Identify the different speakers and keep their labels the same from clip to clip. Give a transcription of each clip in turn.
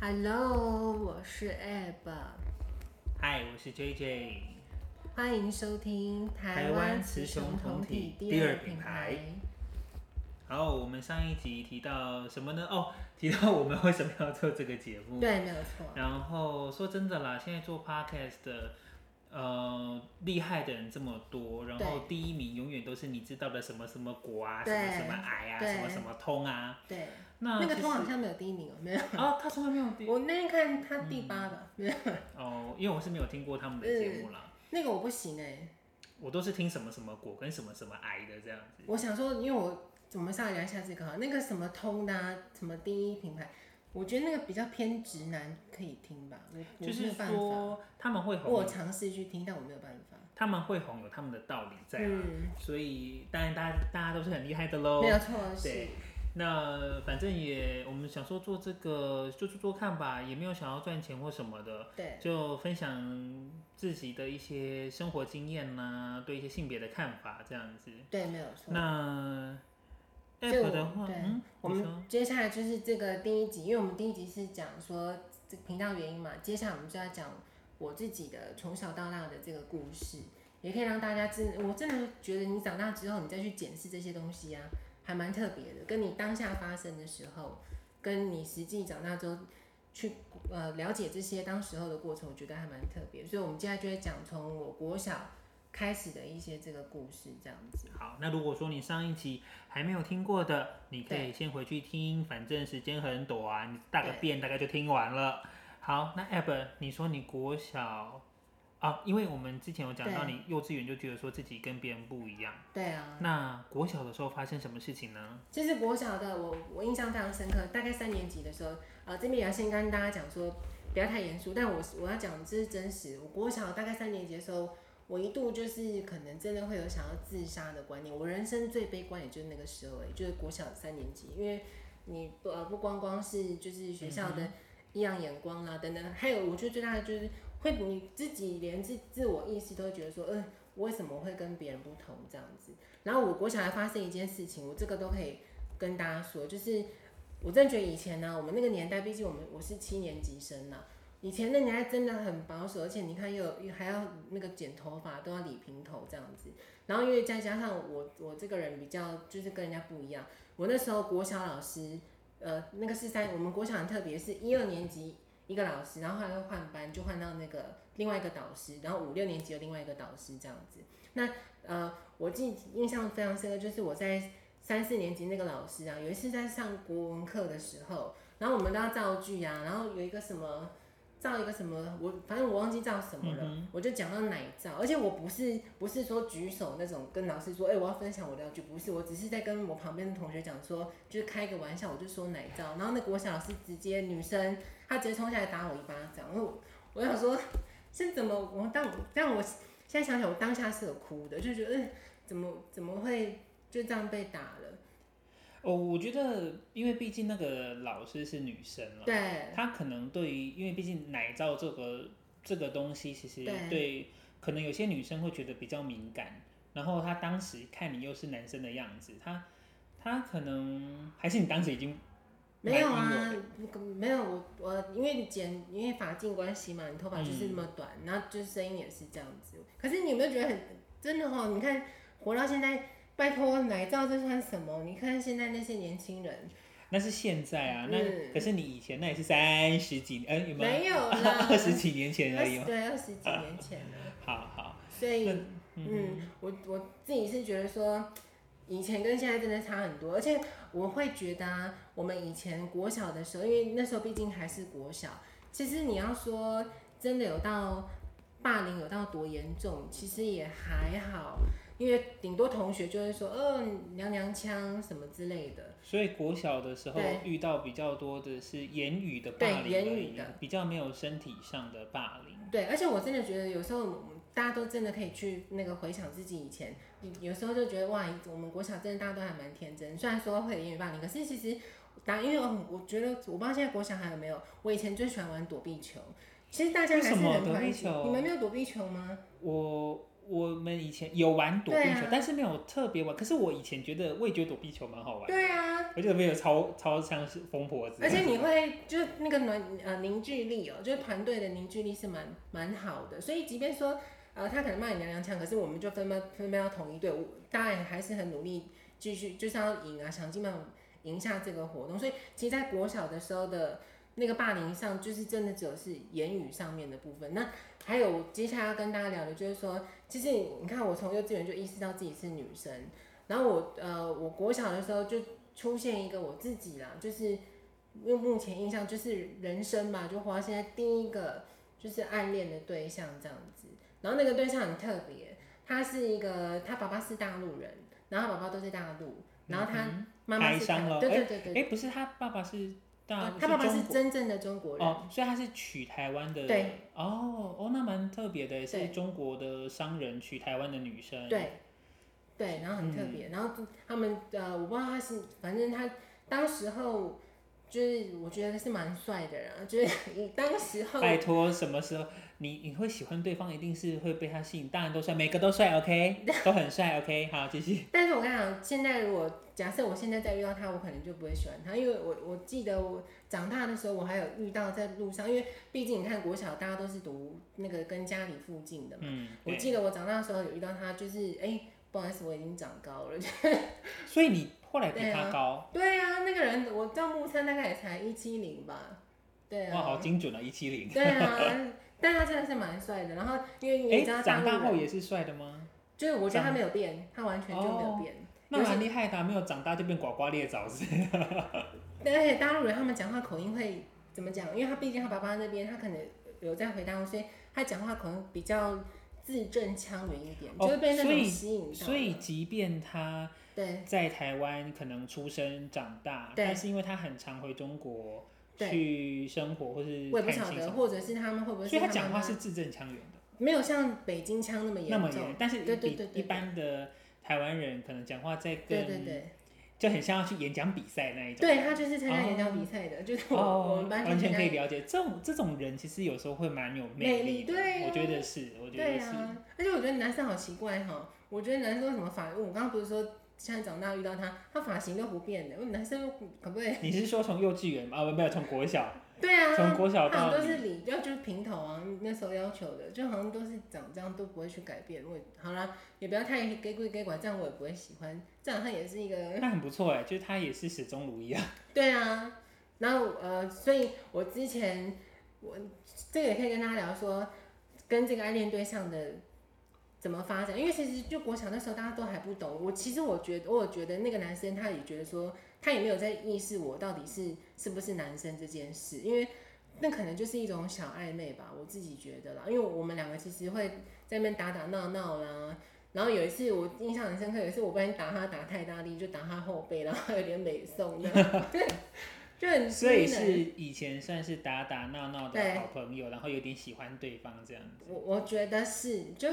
Speaker 1: Hello，我是 Ab，
Speaker 2: 嗨，我是 JJ。
Speaker 1: 欢迎收听
Speaker 2: 台湾雌雄同体第二品牌。然后我们上一集提到什么呢？哦，提到我们为什么要做这个节目。
Speaker 1: 对，没有错。
Speaker 2: 然后说真的啦，现在做 podcast 的，呃，厉害的人这么多，然后第一名永远都是你知道的什么什么国啊，什
Speaker 1: 对
Speaker 2: 么什么癌啊，
Speaker 1: 对
Speaker 2: 什么什么通啊。
Speaker 1: 对，
Speaker 2: 那
Speaker 1: 那个
Speaker 2: 其
Speaker 1: 通好
Speaker 2: 实
Speaker 1: 像没有第一名哦，没有。
Speaker 2: 哦，他从来没有第
Speaker 1: 我那天看他第八个，没有。
Speaker 2: 哦，因为我是没有听过他们的节
Speaker 1: 嗯
Speaker 2: 目啦，
Speaker 1: 那个我不行哎，
Speaker 2: 我都是听什么什么国跟什么什么癌的这样子。
Speaker 1: 我想说，因为我我们上来聊一下这个哈，那个什么通的、啊，什么第一品牌，我觉得那个比较偏直男可以听吧，我我
Speaker 2: 就
Speaker 1: 没
Speaker 2: 是
Speaker 1: 有办法。
Speaker 2: 说他们会红
Speaker 1: 我
Speaker 2: 有
Speaker 1: 有尝试去听，但我没有办法。
Speaker 2: 他们会红有他们的道理在啊，
Speaker 1: 嗯，
Speaker 2: 所以当然大家大家都是很厉害的喽
Speaker 1: 没。有错，是
Speaker 2: 哦对，那反正也我们想说做这个就做做看吧，也没有想要赚钱或什么的，
Speaker 1: 对，
Speaker 2: 就分享自己的一些生活经验呐、对一些性别的看法这样子。
Speaker 1: 对，没有错。
Speaker 2: 那
Speaker 1: 所以
Speaker 2: app 的
Speaker 1: 我
Speaker 2: 话，
Speaker 1: 对
Speaker 2: 嗯，
Speaker 1: 我
Speaker 2: 你
Speaker 1: 们
Speaker 2: 说
Speaker 1: 接下来就是这个第一集，因为我们第一集是讲说这频道原因嘛，接下来我们就要讲我自己的从小到大的这个故事，也可以让大家知。我真的觉得你长大之后，你再去检视这些东西啊，还蛮特别的。跟你当下发生的时候，跟你实际长大之后去呃了解这些当时候的过程，我觉得还蛮特别。所以我们接下来就会讲从我国小开始的一些这个故事，这样子。
Speaker 2: 好，那如果说你上一集还没有听过的，你可以
Speaker 1: 对
Speaker 2: 先回去听，反正时间很短，你大个
Speaker 1: 对
Speaker 2: 遍大概就听完了。好，那 App，你说你国小啊，因为我们之前有讲到
Speaker 1: 对
Speaker 2: 你幼稚园就觉得说自己跟别人不一样，
Speaker 1: 对啊。
Speaker 2: 那国小的时候发生什么事情呢？
Speaker 1: 这是国小的，我我印象非常深刻。大概三年级的时候，呃，这边也要先跟大家讲说，不要太严肃。但我我要讲这是真实。我国小大概三年级的时候，我一度就是可能真的会有想要自杀的观念。我人生最悲观也就是那个时候、欸，就是国小三年级，因为你不呃不光光是就是学校的异样眼光啦、等等，还有我觉得最大的就是会你自己连自自我意识都会觉得说，嗯、为什么我会跟别人不同这样子？然后我国小还发生一件事情，我这个都可以跟大家说，就是我真的觉得以前呢、我们那个年代，毕竟我们我是七年级生呐、以前那年代真的很保守，而且你看又有又还要那个剪头发都要理平头这样子，然后因为再加上我我这个人比较就是跟人家不一样，我那时候国小老师，呃，那个是三我们国小很特别，是一二年级一个老师，然后后来又换班，就换到那个另外一个导师，然后五六年级有另外一个导师这样子，那呃。我记印象非常深刻，就是我在三四年级那个老师啊，有一次在上国文课的时候，然后我们都要造句啊，然后有一个什么造一个什么，我反正我忘记造什么了，我就讲到奶造，而且我不是不是说举手那种跟老师说，哎、我要分享我的句，不是，我只是在跟我旁边的同学讲说，就是开个玩笑，我就说奶造，然后那国小老师直接女生，她直接冲下来打我一巴掌，然后我我想说，是怎么我但我但我现在想想，我当下是有哭的，就觉得。嗯怎么怎么会就这样被打了？
Speaker 2: 哦，我觉得因为毕竟那个老师是女生了，
Speaker 1: 对
Speaker 2: 她可能对于因为毕竟奶罩这个这个东西，其实
Speaker 1: 对
Speaker 2: 对可能有些女生会觉得比较敏感，然后她当时看你又是男生的样子，她她可能还是你当时已经
Speaker 1: 没有
Speaker 2: 蛮
Speaker 1: 啊
Speaker 2: 阴，
Speaker 1: 不没有我我因为剪因为发髻关系嘛，你头发就是那么短，然后就是声音也是这样子。可是你有没有觉得很真的哦？你看活到现在，拜托奶罩这算什么？你看现在那些年轻人，
Speaker 2: 那是现在啊，那、
Speaker 1: 嗯
Speaker 2: 可是你以前那也是三十几，呃，有没有？
Speaker 1: 没有啦，
Speaker 2: 二十几年前而
Speaker 1: 二
Speaker 2: 已
Speaker 1: 十
Speaker 2: 哦。
Speaker 1: 对二十几年前了。
Speaker 2: 好好，
Speaker 1: 所以，嗯，我我自己是觉得说，以前跟现在真的差很多，而且我会觉得、啊，我们以前国小的时候，因为那时候毕竟还是国小，其实你要说真的有到霸凌有到多严重，其实也还好，因为顶多同学就会说，哦，娘娘腔什么之类的，
Speaker 2: 所以国小的时候
Speaker 1: 对
Speaker 2: 遇到比较多的是言语的霸
Speaker 1: 对
Speaker 2: 凌而已，
Speaker 1: 言语的
Speaker 2: 比较没有身体上的霸凌。
Speaker 1: 对，而且我真的觉得有时候我们大家都真的可以去那个回想自己以前，你有时候就觉得哇，我们国小真的大家都还蛮天真，虽然说会有英语霸凌，可是其实打因为哦我觉得我不知道现在国小还有没有，我以前最喜欢玩躲避球，其实大家还是
Speaker 2: 为什么
Speaker 1: 很
Speaker 2: 躲避
Speaker 1: 团结。
Speaker 2: 球
Speaker 1: 你们没有躲避球吗？
Speaker 2: 我我们以前有玩躲避
Speaker 1: 对啊
Speaker 2: 球，但是没有特别玩。可是我以前觉得，我也觉得躲避球蛮好玩。
Speaker 1: 对啊，
Speaker 2: 我觉得没有超超像是疯婆子。
Speaker 1: 而且你会就是那个暖呃凝聚力哦，就是团队的凝聚力是蛮蛮好的，所以即便说呃他可能骂你娘娘腔，可是我们就分班分班到同一队，我当然还是很努力继续就是要赢啊，想尽办法赢下这个活动。所以其实，在国小的时候的那个霸凌上，就是真的只有是言语上面的部分。那还有接下来要跟大家聊的就是说，其实你看我从幼稚园就意识到自己是女生，然后我呃我国小的时候就出现一个我自己啦，就是。因为目前印象就是人生嘛，就花现在第一个就是暗恋的对象这样子。然后那个对象很特别，他是一个他爸爸是大陆人，然后他爸爸都在大陆，然后他
Speaker 2: 嗯
Speaker 1: 妈妈
Speaker 2: 台
Speaker 1: 是
Speaker 2: 商
Speaker 1: 台
Speaker 2: 咯
Speaker 1: 对对对对
Speaker 2: 哎、不是他爸爸是大，
Speaker 1: 啊他爸爸是
Speaker 2: 中国
Speaker 1: 真正的中国人，
Speaker 2: 哦，所以他是娶台湾的。
Speaker 1: 对。
Speaker 2: 哦哦，那蛮特别的，是
Speaker 1: 对
Speaker 2: 中国的商人娶台湾的女生。。
Speaker 1: 对，对，然后很特
Speaker 2: 嗯
Speaker 1: 别。然后他们呃，我不知道他是，反正他当时候就是我觉得是蛮帅的啦，就是 以当时候
Speaker 2: 拜托，什么时候你你会喜欢对方，一定是会被他吸引。当然都帅，每个都帅，OK，都很帅，OK。好，继续。
Speaker 1: 但是我跟你讲，现在如果假设我现在再遇到他，我可能就不会喜欢他，因为我我记得我长大的时候，我还有遇到在路上，因为毕竟你看国小大家都是读那个跟家里附近的嘛。
Speaker 2: 嗯，
Speaker 1: 我
Speaker 2: 对。
Speaker 1: 记得我长大的时候有遇到他，就是哎、不好意思，我已经长高了。
Speaker 2: 所以你后来比
Speaker 1: 对
Speaker 2: 他
Speaker 1: 啊
Speaker 2: 高，
Speaker 1: 对啊，那个人我到目测大概也才一七零吧。对
Speaker 2: 哇，好
Speaker 1: 啊，
Speaker 2: 精准啊，一七零。
Speaker 1: 对啊，但他真的是蛮帅的。然后因为你
Speaker 2: 哎
Speaker 1: 知道，大
Speaker 2: 长
Speaker 1: 陆
Speaker 2: 大后
Speaker 1: 人，
Speaker 2: 也是帅的吗？
Speaker 1: 就是我觉得他没有变，他完全就没有
Speaker 2: 哦
Speaker 1: 变。
Speaker 2: 那
Speaker 1: 尤其
Speaker 2: 蛮厉害的啊、没有长大就变呱呱裂枣子。
Speaker 1: 对，而且大陆人他们讲话口音会怎么讲？因为他毕竟他爸爸那边，他可能有在回大陆，所以他讲话口音比较字正腔圆一点，
Speaker 2: 哦
Speaker 1: 就会被那
Speaker 2: 所
Speaker 1: 种
Speaker 2: 以
Speaker 1: 吸引到了。
Speaker 2: 所以，即便他
Speaker 1: 对
Speaker 2: 在台湾可能出生长大，
Speaker 1: 对
Speaker 2: 但是因为他很常回中国
Speaker 1: 对
Speaker 2: 去生活或是
Speaker 1: 我也不
Speaker 2: 探
Speaker 1: 晓
Speaker 2: 亲什
Speaker 1: 得，
Speaker 2: 么
Speaker 1: 或者是他们会不
Speaker 2: 的，
Speaker 1: 会
Speaker 2: 所以他
Speaker 1: 他
Speaker 2: 讲
Speaker 1: 妈
Speaker 2: 话
Speaker 1: 妈
Speaker 2: 是字正腔圆的，
Speaker 1: 没有像北京腔那么
Speaker 2: 那么
Speaker 1: 严重
Speaker 2: 严，。但是
Speaker 1: 对对
Speaker 2: 比
Speaker 1: 对对
Speaker 2: 一般的台湾人可能讲话再
Speaker 1: 对
Speaker 2: 更，
Speaker 1: 对对，
Speaker 2: 就很像要去演讲比赛那一种。
Speaker 1: 对他就是参加演讲比赛的，就是我、我
Speaker 2: 哦，
Speaker 1: 们班
Speaker 2: 完
Speaker 1: 参
Speaker 2: 全
Speaker 1: 加
Speaker 2: 可以了解，这种这种人其实有时候会蛮有
Speaker 1: 魅
Speaker 2: 力
Speaker 1: 力
Speaker 2: 的，
Speaker 1: 对啊
Speaker 2: 我觉得是，我觉
Speaker 1: 对
Speaker 2: 得是，
Speaker 1: 啊，而且我觉得男生好奇怪哈、我觉得男生为什么发，我刚刚不是说现在长大遇到他，他发型都不变的，男生可不可以？
Speaker 2: 你是说从幼稚园吗？啊，没有，从国小，
Speaker 1: 对哎啊，
Speaker 2: 从国小
Speaker 1: 好像
Speaker 2: 到
Speaker 1: 都是理，要就是平头啊，那时候要求的，就好像都是长这样都不会去改变。我也好啦，也不要太给鬼给拐，这样我也不会喜欢。这样他也是一个，
Speaker 2: 那很不错哎，就是他也是始终如一啊。
Speaker 1: 对啊。然后呃，所以我之前我这个也可以跟大家聊说，跟这个暗恋对象的怎么发展，因为其实就国小那时候大家都还不懂。我其实我觉得，我有觉得那个男生他也觉得说，他也没有在意识我到底是是不是男生这件事，因为那可能就是一种小暧昧吧，我自己觉得啦。因为我们两个其实会在那边打打闹闹啦。然后有一次我印象很深刻，有一次我不小心打他打太大力，就打他后背，然后有点美送的， 就很
Speaker 2: 所以
Speaker 1: 低能
Speaker 2: 是以前算是打打闹闹的
Speaker 1: 对
Speaker 2: 好朋友，然后有点喜欢对方这样子。
Speaker 1: 我我觉得是，就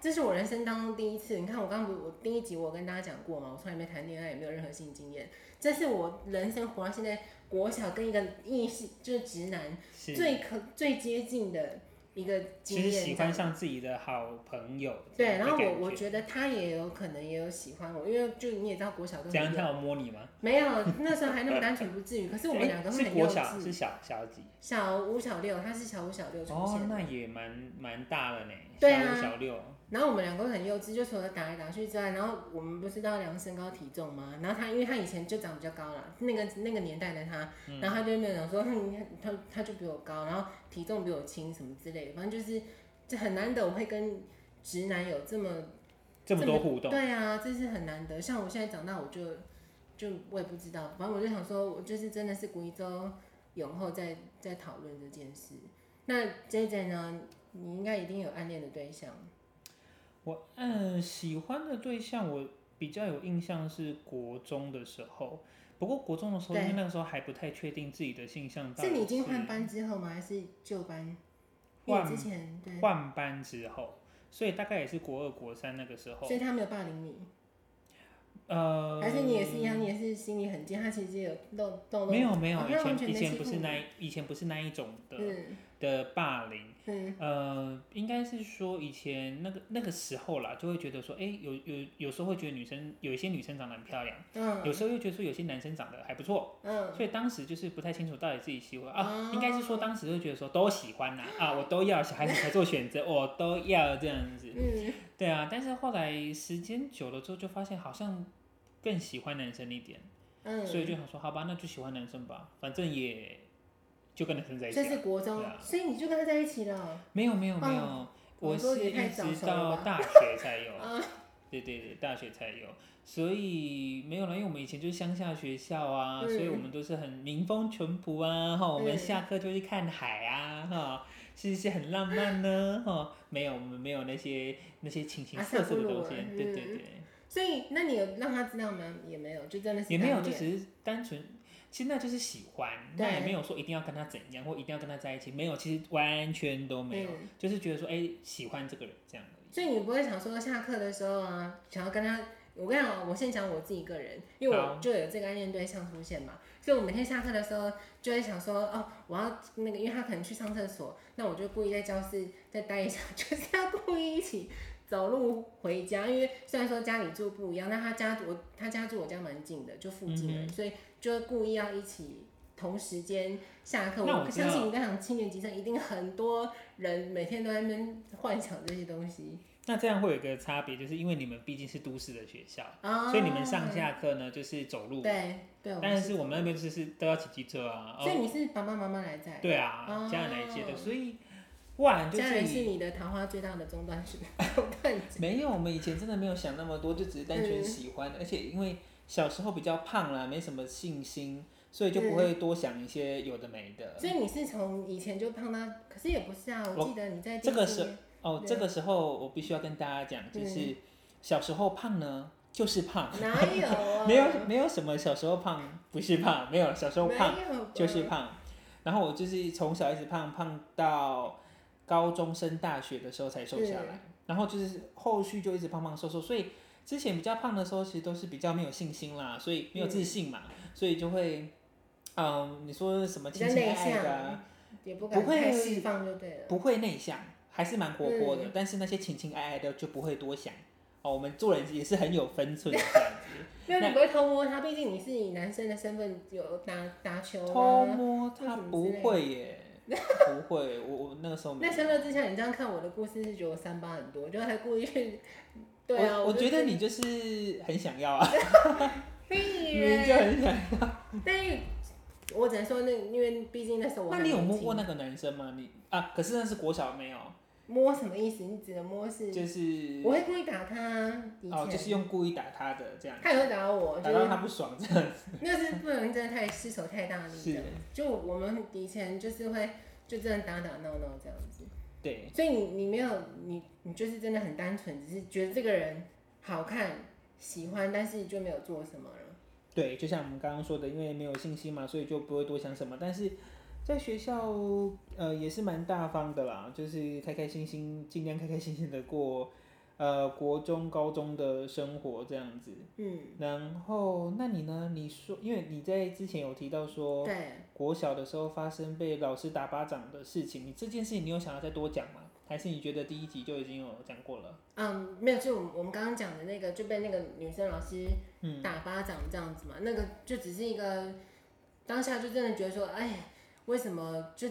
Speaker 1: 这是我人生当中第一次。你看，我刚刚不我第一集我有跟大家讲过嘛，我从来没谈恋爱，也没有任何性经验。这是我人生活到现在国小跟一个异性就是直男
Speaker 2: 是，
Speaker 1: 最可最接近的一个经
Speaker 2: 就是
Speaker 1: 验。
Speaker 2: 喜欢上自己的好朋友这
Speaker 1: 对，
Speaker 2: 样的
Speaker 1: 然
Speaker 2: 感
Speaker 1: 后
Speaker 2: 觉。
Speaker 1: 我我觉得他也有可能也有喜欢我，因为就你也知道国小跟
Speaker 2: 这样他有摸你吗？
Speaker 1: 没有那时候还那么单纯不至于，可是我们
Speaker 2: 诶
Speaker 1: 两个会
Speaker 2: 哎是
Speaker 1: 很幼
Speaker 2: 国小，
Speaker 1: 稚。
Speaker 2: 是小小几？
Speaker 1: 小五小六，他是小五小六出现
Speaker 2: 哦
Speaker 1: 的，
Speaker 2: 那也蛮蛮大了呢。
Speaker 1: 对
Speaker 2: 小
Speaker 1: 啊
Speaker 2: 五小六，
Speaker 1: 然后我们两个很幼稚，就除了打来打去之外，然后我们不是都要量身高体重吗？然后他因为他以前就长比较高了，那个那个年代的他，
Speaker 2: 嗯
Speaker 1: 然后他就没有讲说，哼，他他就比我高，然后体重比我轻什么之类的，反正就是这很难得我会跟直男有这么
Speaker 2: 这么多互动，
Speaker 1: 对啊，这是很难得。像我现在长大，我就就我也不知道，反正我就想说，我就是真的是古一周永后再再讨论这件事。那 J J 呢？你应该一定有暗恋的对象。
Speaker 2: 我嗯喜欢的对象，我比较有印象是国中的时候。不过国中的时候，因为
Speaker 1: 对
Speaker 2: 那个时候还不太确定自己的性向到底
Speaker 1: 是你已经换
Speaker 2: 是
Speaker 1: 班之后吗？还是旧班？因为
Speaker 2: 换
Speaker 1: 之前对，
Speaker 2: 换班之后，所以大概也是国二国三那个时候
Speaker 1: 所。以他没有霸凌你，
Speaker 2: 呃，
Speaker 1: 还是你也是一样，你也是心里很贱，他其实也有漏漏漏。
Speaker 2: 没有没有，
Speaker 1: 哦
Speaker 2: 以
Speaker 1: 他完
Speaker 2: 前
Speaker 1: 全
Speaker 2: 以
Speaker 1: 没
Speaker 2: 前
Speaker 1: 欺
Speaker 2: 不
Speaker 1: 负
Speaker 2: 是
Speaker 1: 你
Speaker 2: 那一以前不是那一种的，
Speaker 1: 嗯，
Speaker 2: 的霸凌，
Speaker 1: 嗯
Speaker 2: 呃，应该是说以前那个那个时候啦，就会觉得说，哎、有有有时候会觉得女生有一些女生长得很漂亮，
Speaker 1: 嗯
Speaker 2: 有时候又觉得说有些男生长得还不错，
Speaker 1: 嗯，
Speaker 2: 所以当时就是不太清楚到底自己喜欢啊
Speaker 1: 哦，
Speaker 2: 应该是说当时就觉得说都喜欢啦，啊，我都要，小孩子才做 选择，我都要这样子，
Speaker 1: 嗯
Speaker 2: 对啊，但是后来时间久了之后，就发现好像更喜欢男生一点，
Speaker 1: 嗯，
Speaker 2: 所以就想说，好吧，那就喜欢男生吧，反正也就跟男生在一起
Speaker 1: 这
Speaker 2: 啊、
Speaker 1: 是国中
Speaker 2: 对，啊
Speaker 1: 所以你就跟他在一起了，
Speaker 2: 没有没有没有，
Speaker 1: 哦
Speaker 2: 我
Speaker 1: 我说
Speaker 2: 是
Speaker 1: 也太
Speaker 2: 一
Speaker 1: 早
Speaker 2: 直
Speaker 1: 熟了
Speaker 2: 到
Speaker 1: 吧，
Speaker 2: 大学才 有
Speaker 1: 啊
Speaker 2: 对对对，大学才有，所以没有了，因为我们以前就是乡下学校啊，所以我
Speaker 1: 嗯
Speaker 2: 们都是很民风淳朴啊，哈，我们
Speaker 1: 嗯
Speaker 2: 下课就去看海啊，哈，是不是很浪漫呢？哈，没有，我们没有那些那些形形
Speaker 1: 阿
Speaker 2: 色
Speaker 1: 萨
Speaker 2: 色
Speaker 1: 布
Speaker 2: 的
Speaker 1: 鲁
Speaker 2: 东
Speaker 1: 啊
Speaker 2: 西，对对
Speaker 1: 嗯
Speaker 2: 对。
Speaker 1: 所以那你有让他知道吗？也没有，就真的是
Speaker 2: 也没有，
Speaker 1: 单
Speaker 2: 就
Speaker 1: 恋
Speaker 2: 只是单纯，其实那就是喜欢，
Speaker 1: 对
Speaker 2: 那也没有说一定要跟他怎样，或一定要跟他在一起，没有，其实完全都没有，
Speaker 1: 嗯
Speaker 2: 就是觉得说，哎、喜欢这个人这样而已。
Speaker 1: 所以你不会想说下课的时候啊，想要跟他。我跟你讲，我先讲我自己个人，因为我
Speaker 2: 好
Speaker 1: 就有这个暗恋对象出现嘛，所以我每天下课的时候就会想说，哦，我要那个，因为他可能去上厕所，那我就故意在教室再待一下， 就是要故意一起走路回家，因为虽然说家里住不一样，但他家我他家住我家蛮近的，就附近
Speaker 2: 嗯
Speaker 1: 而已，所以就会故意要一起同时间下课。
Speaker 2: 那
Speaker 1: 我
Speaker 2: 我知道
Speaker 1: 相信你在想七年级生一定很多人每天都在那边幻想这些东西。
Speaker 2: 那这样会有一个差别，就是因为你们毕竟是都市的学校，
Speaker 1: 哦，
Speaker 2: 所以你们上下课呢就是走路，
Speaker 1: 啊对对，
Speaker 2: 但
Speaker 1: 们
Speaker 2: 是我们那边就是都要骑机车啊，
Speaker 1: 所以
Speaker 2: 哦，
Speaker 1: 你是爸爸妈妈来在，
Speaker 2: 对啊，
Speaker 1: 哦
Speaker 2: 家人来接的，所以哇，哦就
Speaker 1: 家人
Speaker 2: 是
Speaker 1: 是
Speaker 2: 以
Speaker 1: 你的桃花最大的中断是 我看你
Speaker 2: 没有，我们以前真的没有想那么多，就只是单纯
Speaker 1: 嗯
Speaker 2: 喜欢，而且因为小时候比较胖啦，没什么信心，所以就不会多想一些有的没的。
Speaker 1: 嗯所以你是从以前就胖到，可是也不是啊，我
Speaker 2: 我
Speaker 1: 记得你在
Speaker 2: 这个
Speaker 1: 第四
Speaker 2: 是
Speaker 1: 年
Speaker 2: 哦，
Speaker 1: 对嗯
Speaker 2: 这个时候我必须要跟大家讲，就是小时候胖呢就是胖，
Speaker 1: 哪有啊？
Speaker 2: 没有没有什么小时候胖不是胖，没有小时候胖
Speaker 1: 没有吧
Speaker 2: 就是胖。然后我就是从小一直胖胖到高中升大学的时候才瘦下来，然后就是后续就一直胖胖瘦瘦，所以之前比较胖的时候其实都是比较没有信心啦，所以没有自信嘛，所以就会，嗯，你说什么
Speaker 1: 比
Speaker 2: 亲
Speaker 1: 较
Speaker 2: 亲
Speaker 1: 内
Speaker 2: 爱爱的啊、
Speaker 1: 向，也不敢
Speaker 2: 不会
Speaker 1: 太释放就对了。
Speaker 2: 不会内向，还是蛮活泼的，
Speaker 1: 嗯
Speaker 2: 但是那些情情爱爱的就不会多想。哦，我们做人也是很有分寸的这样子，
Speaker 1: 没有，你不会偷摸他，毕竟你是以男生的身份有打打球
Speaker 2: 偷
Speaker 1: 啊。
Speaker 2: 摸他不会耶，不会，我我那个时候没
Speaker 1: 那
Speaker 2: 有。
Speaker 1: 相较之下，你这样看我的故事是觉得我三八很多，就还故意去。对啊，
Speaker 2: 我我
Speaker 1: 就
Speaker 2: 觉得
Speaker 1: 是
Speaker 2: 你就是很想要啊，
Speaker 1: 屁
Speaker 2: 明明
Speaker 1: 人
Speaker 2: 就很想。
Speaker 1: 但是我只能说那，因为毕竟那时候我
Speaker 2: 那
Speaker 1: 还
Speaker 2: 你有
Speaker 1: 年
Speaker 2: 摸
Speaker 1: 轻
Speaker 2: 过那个男生吗？你啊，可是那是国小没有，
Speaker 1: 摸什么意思？你只能摸是，
Speaker 2: 就是
Speaker 1: 我会故意打他，以前、
Speaker 2: 哦，就是用故意打他的这样，
Speaker 1: 他也会打我，就
Speaker 2: 打到
Speaker 1: 是
Speaker 2: 他不爽这样子。
Speaker 1: 那是不能真的太失手太大力的
Speaker 2: 是，
Speaker 1: 就我们以前就是会就真的打打闹闹这样子，
Speaker 2: 对，
Speaker 1: 所以你你没有你你就是真的很单纯，只是觉得这个人好看喜欢，但是就没有做什么了。
Speaker 2: 对，就像我们刚刚说的，因为没有信心嘛，所以就不会多想什么。但是在学校，呃，也是蛮大方的啦，就是开开心心，尽量开开心心的过，呃，国中、高中的生活这样子。
Speaker 1: 嗯，
Speaker 2: 然后，那你呢？你说，因为你在之前有提到说，
Speaker 1: 对，
Speaker 2: 国小的时候发生被老师打巴掌的事情，你这件事情你有想要再多讲吗？还是你觉得第一集就已经有讲过了？
Speaker 1: 嗯，没有，就我们我们刚刚讲的那个就被那个女生老师
Speaker 2: 嗯，
Speaker 1: 打巴掌这样子嘛，那个就只是一个当下就真的觉得说，哎，为什么就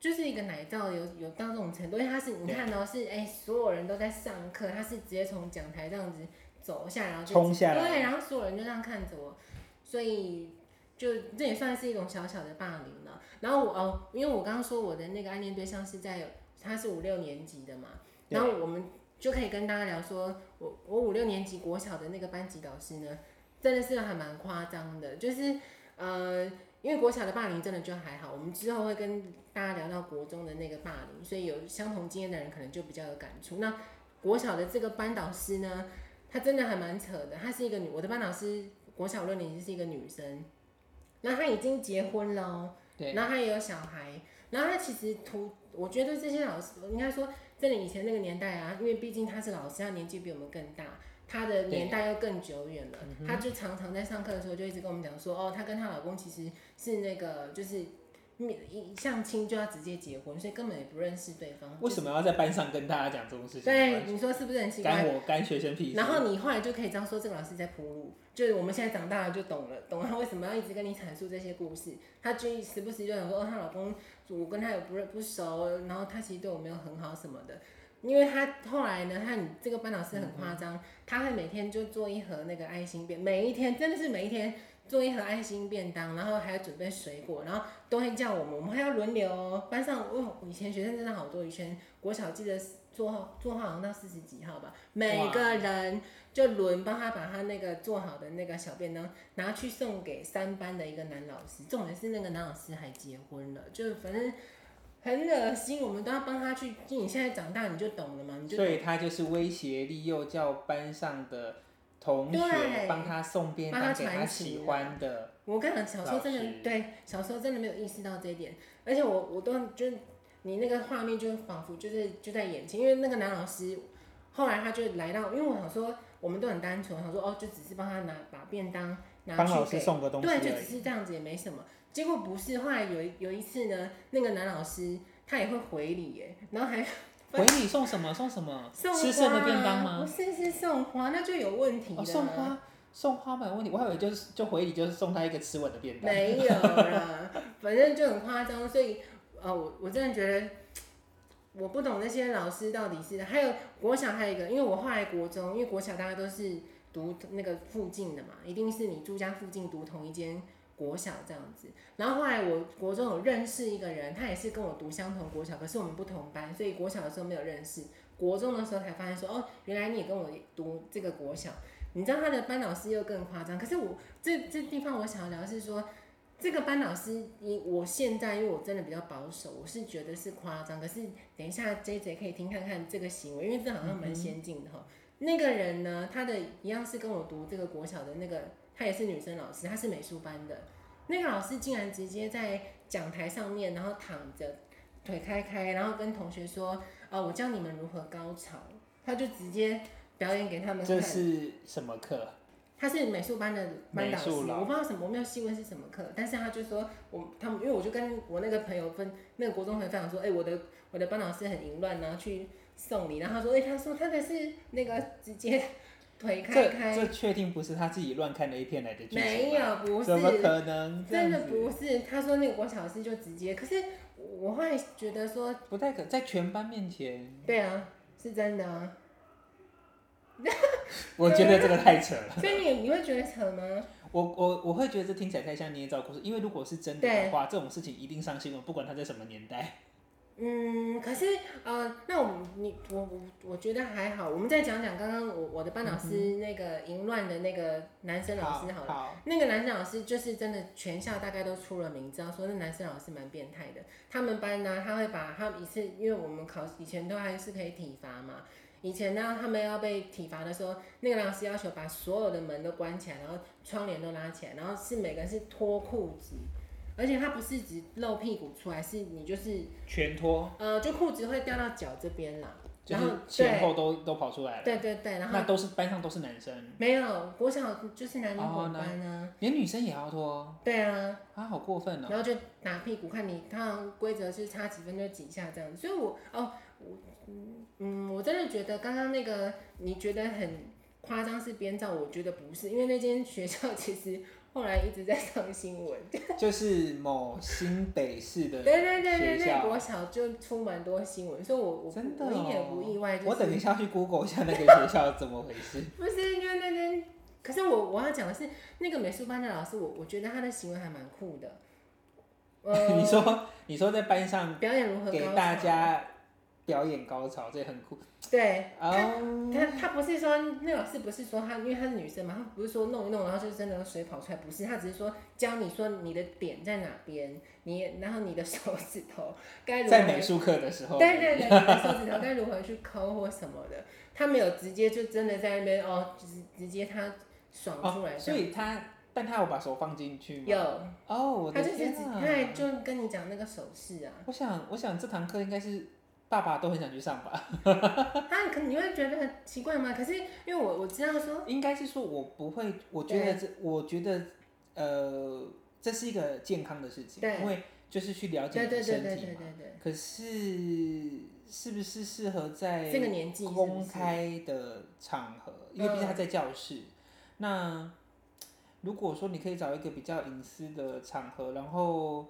Speaker 1: 就是一个奶罩有有到这种程度？因为他是你
Speaker 2: 对
Speaker 1: 看到、是哎，所有人都在上课，他是直接从讲台这样子走下来，然后就
Speaker 2: 冲下来
Speaker 1: 对，然后所有人就这样看着我，所以。就这也算是一种小小的霸凌了。然后我哦，因为我刚刚说我的那个暗恋对象是在他是五六年级的嘛，
Speaker 2: 对
Speaker 1: 然后我们就可以跟大家聊说，我我五六年级国小的那个班级导师呢，真的是还蛮夸张的，就是呃，因为国小的霸凌真的就还好，我们之后会跟大家聊到国中的那个霸凌，所以有相同经验的人可能就比较有感触。那国小的这个班导师呢，她真的还蛮扯的，她是一个女，我的班导师国小六年级是一个女生，然后她已经结婚了哦、
Speaker 2: 对，
Speaker 1: 然后他也有小孩，然后他其实图，我觉得这些老师应该说，真的以前那个年代啊，因为毕竟他是老师，他年纪比我们更大，他的年代又更久远了，他就常常在上课的时候就一直跟我们讲说，哦，她跟她老公其实是那个就是一相亲就要直接结婚，所以根本也不认识对方。
Speaker 2: 为什么要在班上跟大家讲这种事情？
Speaker 1: 对，你说是不是很奇怪？
Speaker 2: 干我干学生屁事。
Speaker 1: 然后你后来就可以知道说，这个老师在铺路，就是我们现在长大了就懂了，懂他为什么要一直跟你阐述这些故事。她就时不时就想说，哦，她老公我跟她也不认不熟，然后他其实对我没有很好什么的。因为她后来呢，她你这个班老师很夸张，她会每天就做一盒那个爱心便，每一天真的是每一天做一盒爱心便当，然后还要准备水果，然后都会叫我们，我们还要轮流哦。班上哦，以前学生真的好多，以前国小记得做号做号好像到四十几号吧，每个人就轮帮他把他那个做好的那个小便当拿去送给三班的一个男老师，重点是那个男老师还结婚了，就反正。很恶心，我们都要帮他去。就你现在长大，你就懂了嘛，你就
Speaker 2: 所以他就是威胁利诱，叫班上的同学
Speaker 1: 对
Speaker 2: 帮他送便
Speaker 1: 帮他
Speaker 2: 当给他
Speaker 1: 传情
Speaker 2: 喜
Speaker 1: 啊
Speaker 2: 欢的。
Speaker 1: 我跟你讲，小时候真
Speaker 2: 老师
Speaker 1: 的对，小时候真的没有意识到这一点，而且我我都就是你那个画面，就仿佛就是就在眼前，因为那个男老师后来他就来到，因为我想说我们都很单纯，我想说哦，就只是帮他拿把便当拿
Speaker 2: 帮老
Speaker 1: 去
Speaker 2: 师
Speaker 1: 给
Speaker 2: 送个东西而
Speaker 1: 对，
Speaker 2: 已。
Speaker 1: 就只是这样子也没什么。结果不是，后来有一有一次呢，那个男老师他也会回礼耶，然后还
Speaker 2: 回礼送什么？送什么？
Speaker 1: 送花，
Speaker 2: 吃剩的便当
Speaker 1: 不
Speaker 2: 吗？
Speaker 1: 是，是送花，那就有问题了。
Speaker 2: 哦，送花，送花没有问题。我还以为就是就回礼就是送他一个吃完的便当。
Speaker 1: 没有啦，反正就很夸张，所以呃，我我真的觉得。我不懂那些老师到底是，还有国小还有一个，因为我后来国中，因为国小大家都是读那个附近的嘛，一定是你住家附近读同一间国小这样子。然后后来我国中有认识一个人，他也是跟我读相同国小，可是我们不同班，所以国小的时候没有认识，国中的时候才发现说，哦，原来你也跟我读这个国小。你知道他的班老师又更夸张，可是我这这地方我想要聊是说，这个班老师，你我现在因为我真的比较保守，我是觉得是夸张。可是等一下 J J 可以听看看这个行为，因为这好像蛮先进的哈。那个人呢，他的一样是跟我读这个国小的那个，她也是女生老师，她是美术班的。那个老师竟然直接在讲台上面，然后躺着，腿开开，然后跟同学说：“啊、我教你们如何高潮。”他就直接表演给他们看。
Speaker 2: 这是什么课？
Speaker 1: 他是美术班的班导师，
Speaker 2: 美术老
Speaker 1: 我不知道什么，我没有细问是什么课，但是他就说我他们，因为我就跟我那个朋友分，那个国中朋友分享说，哎、我的我的班导师很淫乱，然后去送礼，然后他说，哎、他说他的是那个直接腿开
Speaker 2: 这
Speaker 1: 开，
Speaker 2: 这确定不是他自己乱看的一片来的剧情吧？
Speaker 1: 没有，不
Speaker 2: 怎么
Speaker 1: 是，
Speaker 2: 可能这样
Speaker 1: 真
Speaker 2: 子？
Speaker 1: 的不是，他说那个国小老师就直接，可是我后来觉得说，
Speaker 2: 不太可，在全班面前，
Speaker 1: 对啊，是真的啊，
Speaker 2: 我觉得这个太扯了。
Speaker 1: 所以你你会觉得扯吗？
Speaker 2: 我我我会觉得这听起来太像捏造故事，因为如果是真的的话，这种事情一定上新闻，不管他在什么年代。
Speaker 1: 嗯，可是呃，那我们你我我我觉得还好，我们再讲讲刚刚我我的班老师那个淫乱的那个男生老师好了。
Speaker 2: 好，
Speaker 1: 那个男生老师就是真的，全校大概都出了名，知道说那男生老师蛮变态的。他们班呢、他会把他们一次，因为我们考以前都还是可以体罚嘛。以前呢，他们要被体罚的时候，那个老师要求把所有的门都关起来，然后窗帘都拉起来，然后是每个人是脱裤子，而且他不是只露屁股出来，是你就是
Speaker 2: 全脱，
Speaker 1: 呃，就裤子会掉到脚这边啦。
Speaker 2: 就
Speaker 1: 然后
Speaker 2: 是前后都都跑出来了。
Speaker 1: 对对对，然后
Speaker 2: 那都是班上都是男生，
Speaker 1: 没有国小就是男女
Speaker 2: 哦
Speaker 1: 混班啊，
Speaker 2: 连女生也要脱
Speaker 1: 对啊，
Speaker 2: 啊，好过分哦！
Speaker 1: 然后就打屁股，看你他好像规则是差几分就几下这样子。所以我哦，我嗯嗯，我真的觉得刚刚那个你觉得很夸张是编造，我觉得不是，因为那间学校其实后来一直在上新闻。
Speaker 2: 就是某新北市的，
Speaker 1: 对对对对
Speaker 2: 学
Speaker 1: 对，
Speaker 2: 校
Speaker 1: 国小就出蛮多新闻，所以我我不
Speaker 2: 真的
Speaker 1: 我一点
Speaker 2: 哦
Speaker 1: 不意外，就是
Speaker 2: 我等一下去 Google 一下那个学校怎么回 事。
Speaker 1: 不是因为那天，可是我我要讲的是那个美术班的老师，我我觉得他的行为还蛮酷的。呃
Speaker 2: 你说你说在班上
Speaker 1: 表演如何
Speaker 2: 给
Speaker 1: 高
Speaker 2: 大
Speaker 1: 潮
Speaker 2: 家表演高潮，这也很酷
Speaker 1: 对他
Speaker 2: 哦。
Speaker 1: 他他不是说那老师不是说他，因为她是女生嘛，她不是说弄一弄，然后就真的水跑出来，不是，他只是说教你说你的点在哪边，你然后你的手指头该如何
Speaker 2: 在美术课的时候，
Speaker 1: 对对对，你的手指头该如何去抠或什么的，他没有直接就真的在那边哦，直直接他爽出来
Speaker 2: 哦，
Speaker 1: 这
Speaker 2: 所
Speaker 1: 样，
Speaker 2: 以他但他有把手放进去吗？
Speaker 1: 有
Speaker 2: 哦，我
Speaker 1: 他
Speaker 2: 的
Speaker 1: 就是
Speaker 2: 天
Speaker 1: 只
Speaker 2: 啊！
Speaker 1: 他就跟你讲那个手势啊，
Speaker 2: 我想我想这堂课应该是爸爸都很想去上吧，
Speaker 1: 他可能你会觉得很奇怪吗？可是因为我我知道说，
Speaker 2: 应该是说我不会，我觉得这我觉得呃这是一个健康的事情，
Speaker 1: 对
Speaker 2: 因为就是去了
Speaker 1: 对
Speaker 2: 解你的
Speaker 1: 对对
Speaker 2: 身
Speaker 1: 对
Speaker 2: 体
Speaker 1: 对
Speaker 2: 嘛。
Speaker 1: 对对，
Speaker 2: 可是是不是适合在
Speaker 1: 这个年纪是不是
Speaker 2: 公开的场合？因为毕竟他在教室。那如果说你可以找一个比较隐私的场合，然后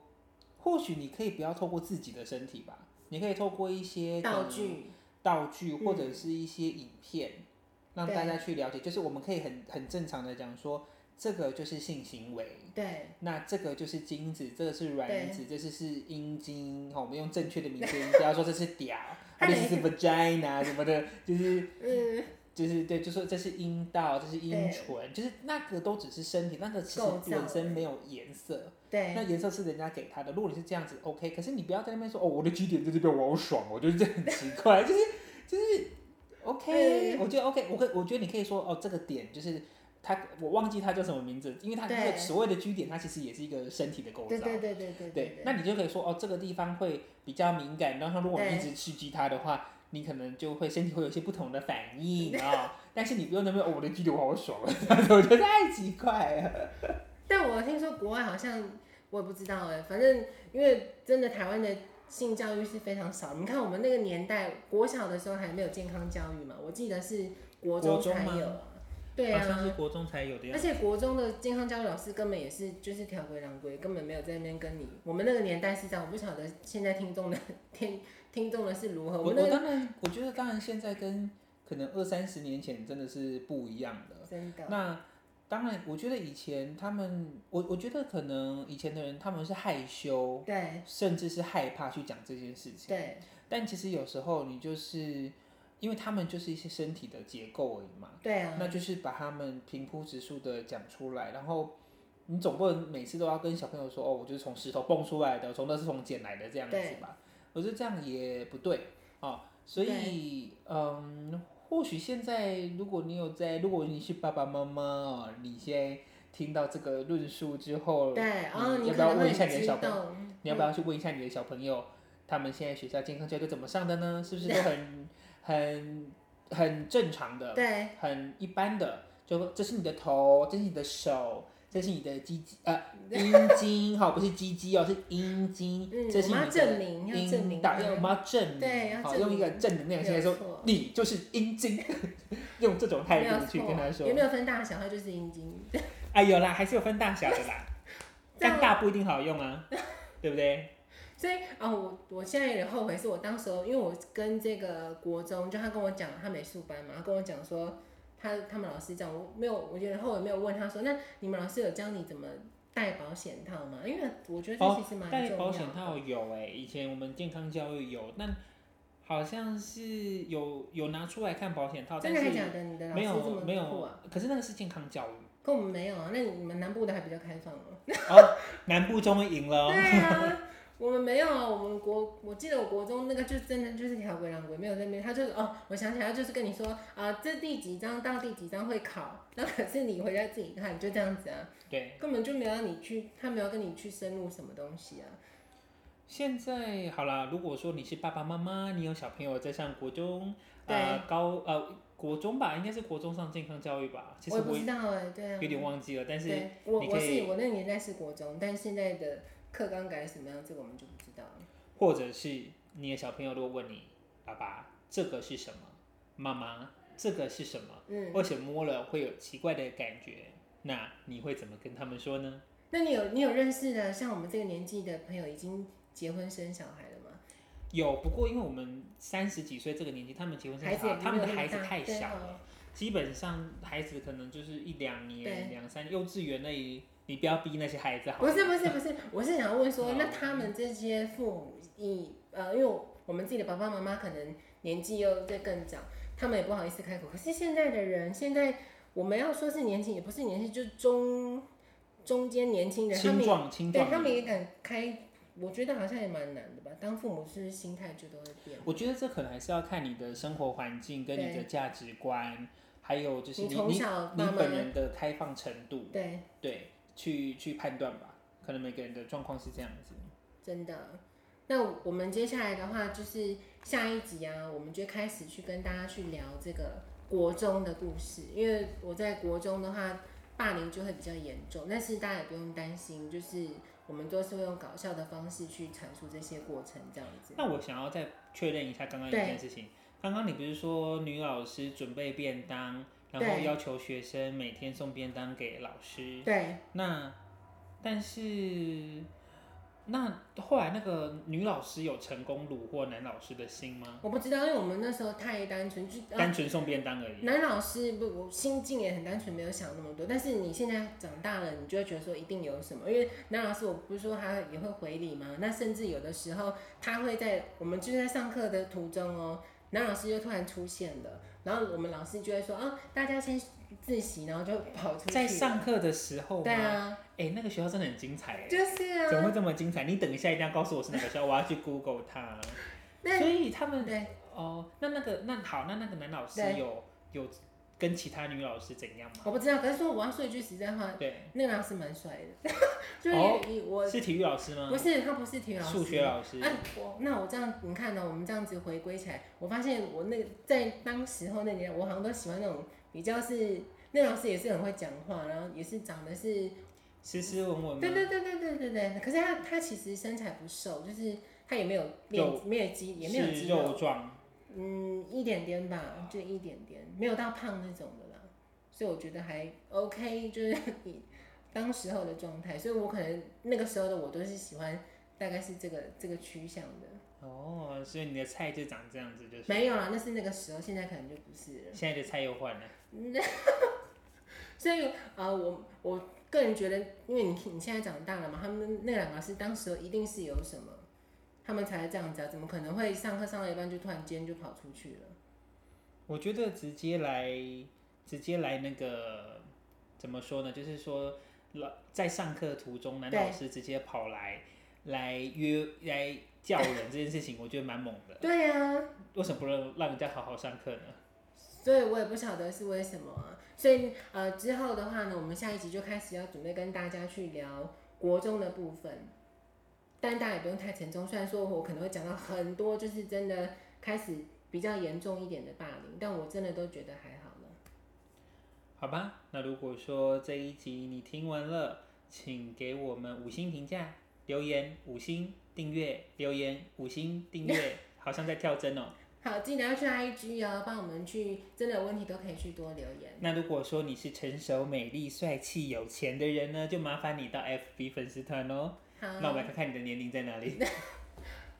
Speaker 2: 或许你可以不要透过自己的身体吧，你可以透过一些
Speaker 1: 道
Speaker 2: 可能
Speaker 1: 具，
Speaker 2: 道具
Speaker 1: 嗯
Speaker 2: 或者是一些影片，让
Speaker 1: 对
Speaker 2: 大家去了解。就是我们可以很很正常的讲说，这个就是性行为，
Speaker 1: 对
Speaker 2: 那这个就是精子，这个是卵
Speaker 1: 对
Speaker 2: 子，这是是阴茎。好，我们用正确的名称，不要说这是 屌，啊
Speaker 1: 还
Speaker 2: 这
Speaker 1: 没
Speaker 2: 是 vagina 什么的，就是
Speaker 1: 嗯
Speaker 2: 就是对，就说这是阴道，这是阴
Speaker 1: 对
Speaker 2: 唇，就是那个都只是身体，那个其实
Speaker 1: 构造
Speaker 2: 本
Speaker 1: 而
Speaker 2: 身
Speaker 1: 已
Speaker 2: 没有颜色，那
Speaker 1: 对
Speaker 2: 颜色是人家给他的。如果你是这样子，OK，可是你不要在那边说哦，我的 G 点在这边，我好爽，我就是这很奇怪， 就是就是 OK，、
Speaker 1: 嗯
Speaker 2: 我觉得 OK，我可以我觉得你可以说哦，这个点就是。它我忘记它叫什么名字，因为它那个
Speaker 1: 对
Speaker 2: 所谓的 G 点，它其实也是一个身体的构造。
Speaker 1: 对对对对对
Speaker 2: 对
Speaker 1: 对，
Speaker 2: 那你就可以说哦，这个地方会比较敏感，然后如果你一直刺激它的话，你可能就会身体会有一些不同的反 应啊、但是你不用那边哦，我的肌瘤好爽 啊，我觉得太奇怪了。
Speaker 1: 但我听说国外好像我也不知道哎、反正因为真的台湾的性教育是非常少。你看我们那个年代，国小的时候还没有健康教育嘛，我记得是国中
Speaker 2: 国中
Speaker 1: 才
Speaker 2: 吗
Speaker 1: 有啊。对啊，
Speaker 2: 国中才有的
Speaker 1: 而。且国中的健康教育老师根本也是就是条规狼规，根本没有在那边跟你。我们那个年代是这样，我不晓得现在听众的 听听众的是如何。
Speaker 2: 我
Speaker 1: 我们那
Speaker 2: 我
Speaker 1: 个
Speaker 2: 当然，我觉得当然现在跟可能二三十年前真的是不一样的。
Speaker 1: 真的
Speaker 2: 那当然，我觉得以前他们，我我觉得可能以前的人他们是害羞，
Speaker 1: 对
Speaker 2: 甚至是害怕去讲这件事情。
Speaker 1: 对
Speaker 2: 但其实有时候你就是，因为他们就是一些身体的结构而已嘛，
Speaker 1: 对啊，
Speaker 2: 那就是把他们平铺直述的讲出来，然后你总不能每次都要跟小朋友说哦，我就是从石头蹦出来的，从垃圾桶捡来的这样子
Speaker 1: 对
Speaker 2: 吧？我觉得这样也不对哦，所以嗯，或许现在如果你有在，如果你是爸爸妈妈哦，你现在听到这个论述之后，
Speaker 1: 对哦，
Speaker 2: 嗯
Speaker 1: 你
Speaker 2: 要
Speaker 1: 可
Speaker 2: 不要
Speaker 1: 能
Speaker 2: 问
Speaker 1: 会
Speaker 2: 一下
Speaker 1: 很
Speaker 2: 你的
Speaker 1: 激
Speaker 2: 小朋友嗯
Speaker 1: 动，嗯
Speaker 2: 你要不要去问一下你的小朋友，他们现在学校健康教育都怎么上的呢？是不是都很很很正常的，
Speaker 1: 对
Speaker 2: 很一般的？就这是你的头，这是你的手，这是你的鸡鸡 呃阴茎，好，不是鸡鸡哦，是阴茎，
Speaker 1: 嗯，
Speaker 2: 这是
Speaker 1: 我们要
Speaker 2: 你
Speaker 1: 证
Speaker 2: 的
Speaker 1: 明，要证
Speaker 2: 阴
Speaker 1: 明
Speaker 2: 道，
Speaker 1: 它
Speaker 2: 要我们要证明，
Speaker 1: 对要
Speaker 2: 好，
Speaker 1: 证
Speaker 2: 用一个
Speaker 1: 明
Speaker 2: 正能量的心态
Speaker 1: 没有
Speaker 2: 说
Speaker 1: 错
Speaker 2: 你就是阴茎， 用这种态
Speaker 1: 没有
Speaker 2: 度去
Speaker 1: 错
Speaker 2: 跟他说
Speaker 1: 有，没有分大小？它就是阴茎，
Speaker 2: 哎，有啦，还是有分大小的 啦，
Speaker 1: 这样
Speaker 2: 但大不一定好用啊，对不对？
Speaker 1: 所以啊、我我现在有点后悔，是我当时候，因为我跟这个国中，就他跟我讲他美术班嘛，他跟我讲说他他们老师讲，我没有，我觉得后悔没有问他说，那你们老师有教你怎么戴保险套吗？因为我觉得这
Speaker 2: 哦
Speaker 1: 其实 蛮重要
Speaker 2: 戴
Speaker 1: 的。
Speaker 2: 保险套有哎、以前我们健康教育有，但好像是有有拿出来看保险套，
Speaker 1: 真
Speaker 2: 但
Speaker 1: 的
Speaker 2: 是
Speaker 1: 还假的？你的老
Speaker 2: 没
Speaker 1: 师这
Speaker 2: 有
Speaker 1: 么
Speaker 2: 没
Speaker 1: 酷
Speaker 2: 有
Speaker 1: 啊？，
Speaker 2: 可是那个是健康教育
Speaker 1: 跟我们没有啊，那你们南部的还比较开放哦。
Speaker 2: 哦，南部终于赢了哦，
Speaker 1: 对啊，我们没有啊，我们国，我记得我国中那个就真的就是条规狼规，没有在那边，他就是哦，我想起来，他就是跟你说啊、这第几章到第几章会考，那可是你回家自己看，就这样子啊，
Speaker 2: 对，
Speaker 1: 根本就没有让你去，他没有跟你去深入什么东西啊，
Speaker 2: 现在好啦，如果说你是爸爸妈妈，你有小朋友在上国中，
Speaker 1: 对
Speaker 2: 呃高呃国中吧，应该是国中上健康教育吧，其
Speaker 1: 我
Speaker 2: 实
Speaker 1: 也不
Speaker 2: 我
Speaker 1: 知道哎、对啊，
Speaker 2: 有点忘记了，但是
Speaker 1: 对，我
Speaker 2: 你
Speaker 1: 我
Speaker 2: 可以
Speaker 1: 是我那个年代是国中，但是现在的课纲改什么样，这个我们就不知道了。
Speaker 2: 或者是你的小朋友如果问你爸爸这个是什么，妈妈这个是什么。
Speaker 1: 嗯，
Speaker 2: 或者摸了会有奇怪的感觉，那你会怎么跟他们说呢？
Speaker 1: 那你有你有认识的像我们这个年纪的朋友已经结婚生小孩了吗？
Speaker 2: 有，不过因为我们三十几岁这个年纪，他们结婚生
Speaker 1: 孩子
Speaker 2: 小
Speaker 1: 也没
Speaker 2: 孩，
Speaker 1: 有
Speaker 2: 他们的
Speaker 1: 那么
Speaker 2: 孩子
Speaker 1: 大
Speaker 2: 太
Speaker 1: 对
Speaker 2: 小
Speaker 1: 哦
Speaker 2: 了，基本上孩子可能就是一两年、
Speaker 1: 对
Speaker 2: 两三幼稚园那里，你不要逼那些孩子好
Speaker 1: 不
Speaker 2: 吗。
Speaker 1: 是不是不是，我是想要问说
Speaker 2: 哦，
Speaker 1: 那他们这些父母以呃，因为我我们自己的爸爸妈妈可能年纪又在更长，他们也不好意思开口。可是现在的人，现在我们要说是年轻，也不是年轻，就是中中间年轻人，他
Speaker 2: 青
Speaker 1: 们也
Speaker 2: 壮青
Speaker 1: 对
Speaker 2: 壮
Speaker 1: 他们
Speaker 2: 年。
Speaker 1: 也敢开，我觉得好像也蛮难的吧。当父母是不是心态就都会变？
Speaker 2: 我觉得这可能还是要看你的生活环境、跟你
Speaker 1: 对
Speaker 2: 的价值观，还有就是
Speaker 1: 你
Speaker 2: 你
Speaker 1: 从
Speaker 2: 你
Speaker 1: 小
Speaker 2: 你
Speaker 1: 爸妈
Speaker 2: 本人的开放程度，
Speaker 1: 对，
Speaker 2: 对，去去判断吧。可能每个人的状况是这样子。
Speaker 1: 真的。那我们接下来的话，就是下一集啊，我们就开始去跟大家去聊这个国中的故事，因为我在国中的话，霸凌就会比较严重。但是大家也不用担心，就是我们都是会用搞笑的方式去阐述这些过程，这样子。
Speaker 2: 那我想要再确认一下刚刚一
Speaker 1: 对
Speaker 2: 件事情，刚刚你不是说女老师准备便当，然后
Speaker 1: 对
Speaker 2: 要求学生每天送便当给老师，
Speaker 1: 对，
Speaker 2: 那但是那后来那个女老师有成功虏获男老师的心吗？
Speaker 1: 我不知道，因为我们那时候太单纯，就、呃
Speaker 2: 单纯送便当而已。
Speaker 1: 男老师不，我心境也很单纯，没有想那么多。但是你现在长大了，你就会觉得说一定有什么，因为男老师我不是说他也会回礼吗？那甚至有的时候他会在我们就是在上课的途中哦，男老师就突然出现了，然后我们老师就会说哦，大家先自习，然后就跑出去。
Speaker 2: 在上课的时候吗？
Speaker 1: 对啊，
Speaker 2: 哎、那个学校真的很精彩哎、
Speaker 1: 就是
Speaker 2: 怎么
Speaker 1: 啊，
Speaker 2: 会这么精彩？你等一下一定要告诉我是哪个学校，我要去 Google 它。
Speaker 1: 那
Speaker 2: 所以他们
Speaker 1: 对。
Speaker 2: 哦，那那个那好，那那个男老师
Speaker 1: 对
Speaker 2: 有有跟其他女老师怎样吗？
Speaker 1: 我不知道，可是说我要说一句实在话，
Speaker 2: 对，
Speaker 1: 那个老师蛮帅的， 就是
Speaker 2: 哦
Speaker 1: 以呃我、
Speaker 2: 是体育老师吗
Speaker 1: 不？是他不是体育老师，
Speaker 2: 数学老师。
Speaker 1: 啊，我那我这样，你看呢、哦我们这样子回归起来，我发现我那个在当时候那年代，我好像都喜欢那种比较是那老师也是很会讲话，然后也是长得是，
Speaker 2: 斯斯文文吗？
Speaker 1: 对对对对对对对。可是他他其实身材不瘦，就是他也没有
Speaker 2: 肉
Speaker 1: 练没有肌也没有
Speaker 2: 是
Speaker 1: 肌
Speaker 2: 肉
Speaker 1: 肉，
Speaker 2: 壮。
Speaker 1: 嗯，一点点吧，就一点点，没有到胖那种的啦。所以我觉得还 OK，就是以当时候的状态，所以我可能那个时候的我都是喜欢大概是这个这个趋向的。
Speaker 2: 哦，所以你的菜就长这样子，就是
Speaker 1: 没有啦，那是那个时候，现在可能就不是了。
Speaker 2: 现在的菜又换了。
Speaker 1: 所以呃，我我个人觉得，因为你你现在长大了嘛，他们那两个是当时一定是有什么，他们才会这样子啊，怎么可能会上课上到一半就突然间就跑出去了？
Speaker 2: 我觉得直接来，直接来那个怎么说呢？就是说，老在上课途中，男
Speaker 1: 对
Speaker 2: 老师直接跑来来约来叫人这件事情，我觉得蛮猛的。
Speaker 1: 对啊，
Speaker 2: 为什么不让让人家好好上课呢？
Speaker 1: 所以我也不晓得是为什么啊。所以呃，之后的话呢，我们下一集就开始要准备跟大家去聊国中的部分，但大家也不用太沉重。虽然说我可能会讲到很多，就是真的开始比较严重一点的霸凌，但我真的都觉得还好了。
Speaker 2: 好吧，那如果说这一集你听完了，请给我们五星评价、留言、五星订阅、留言、五星订阅，好像在跳针哦。
Speaker 1: 好，记得要去 IG 哦，帮我们去，真的有问题都可以去多留言。
Speaker 2: 那如果说你是成熟、美丽、帅气、有钱的人呢，就麻烦你到 FB 粉丝团哦。那我
Speaker 1: 好
Speaker 2: 们来，看看你的年龄在哪里。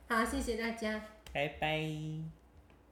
Speaker 1: 好，谢谢大家。
Speaker 2: 拜拜。